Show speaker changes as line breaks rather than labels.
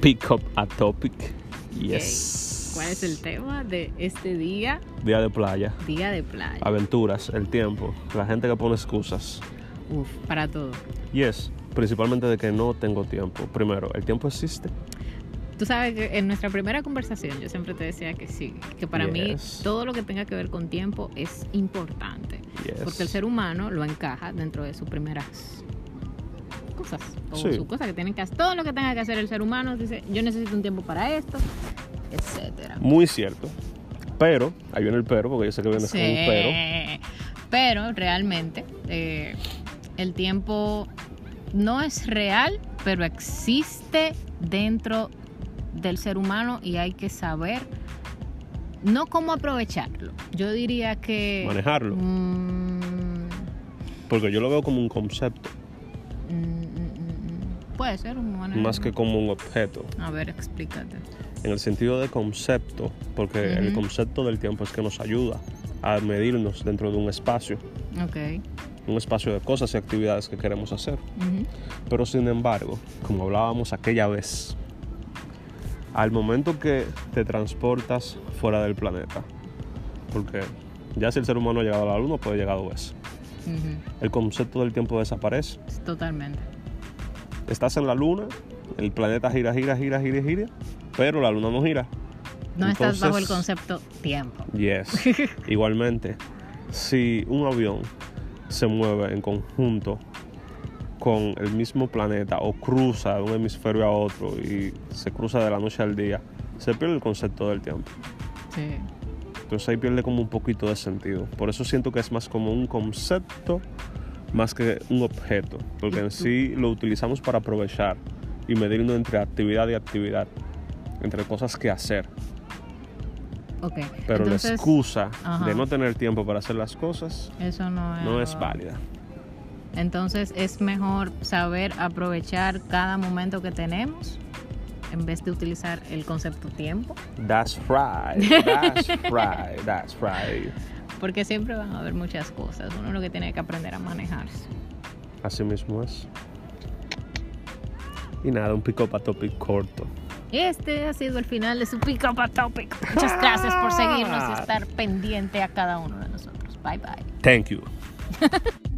Pick Up a Topic. Yes.
¿Cuál es el tema de este día?
Día de playa.
Día de playa.
Aventuras, el tiempo, la gente que pone excusas.
Uf, para todo.
Yes, principalmente de que no tengo tiempo. Primero, ¿el tiempo existe?
Tú sabes que en nuestra primera conversación yo siempre te decía que sí, que para mí
Yes.
todo lo que tenga que ver con tiempo es importante.
Yes.
Porque el ser humano lo encaja dentro de sus primeras cosas. O
Sí.
sus cosas que tienen que hacer. Todo lo que tenga que hacer el ser humano dice, yo necesito un tiempo para esto, etcétera.
Muy cierto. Pero, ahí viene el pero, porque yo sé que viene
Sí.
con un pero.
Pero realmente eh, el tiempo no es real, pero existe dentro del ser humano y hay que saber no cómo aprovecharlo. Yo diría que
Manejarlo.
Mm,
Porque yo lo veo como un concepto,
mm, mm, mm, puede ser un manejo.
más que como un objeto.
A ver, explícate.
En el sentido de concepto, porque el
Ujú.
concepto del tiempo es que nos ayuda a medirnos dentro de un espacio,
Ok.
un espacio de cosas y actividades que queremos hacer.
Ujú.
Pero sin embargo, como hablábamos aquella vez, al momento que te transportas fuera del planeta, porque ya si el ser humano ha llegado a la luna, puede llegar dos veces,
Ujú.
el concepto del tiempo desaparece.
Totalmente.
Estás en la luna, el planeta gira, gira, gira, gira, gira, pero la luna no gira.
No estás bajo el
Entonces-
concepto tiempo.
Yes. Igualmente, si un avión se mueve en conjunto con el mismo planeta o cruza de un hemisferio a otro y se cruza de la noche al día, se pierde el concepto del tiempo.
Sí.
Entonces ahí pierde como un poquito de sentido. Por eso siento que es más como un concepto más que un objeto, porque en sí lo utilizamos para aprovechar y medirnos entre actividad y actividad, entre cosas que hacer.
Ok.
Pero
Entonces,
la excusa
ajá.
de no tener tiempo para hacer las cosas
Eso no es.
no es válida.
Entonces es mejor saber aprovechar cada momento que tenemos en vez de utilizar el concepto tiempo,
That's right, that's right, that's right.
porque siempre van a haber muchas cosas. Uno lo que tiene que aprender a manejarse.
Así mismo es. Y nada, un pick-up a topic corto.
Este ha sido el final de su Pick Up a Topic. Muchas gracias por seguirnos y estar pendiente a cada uno de nosotros. Bye bye.
Thank you.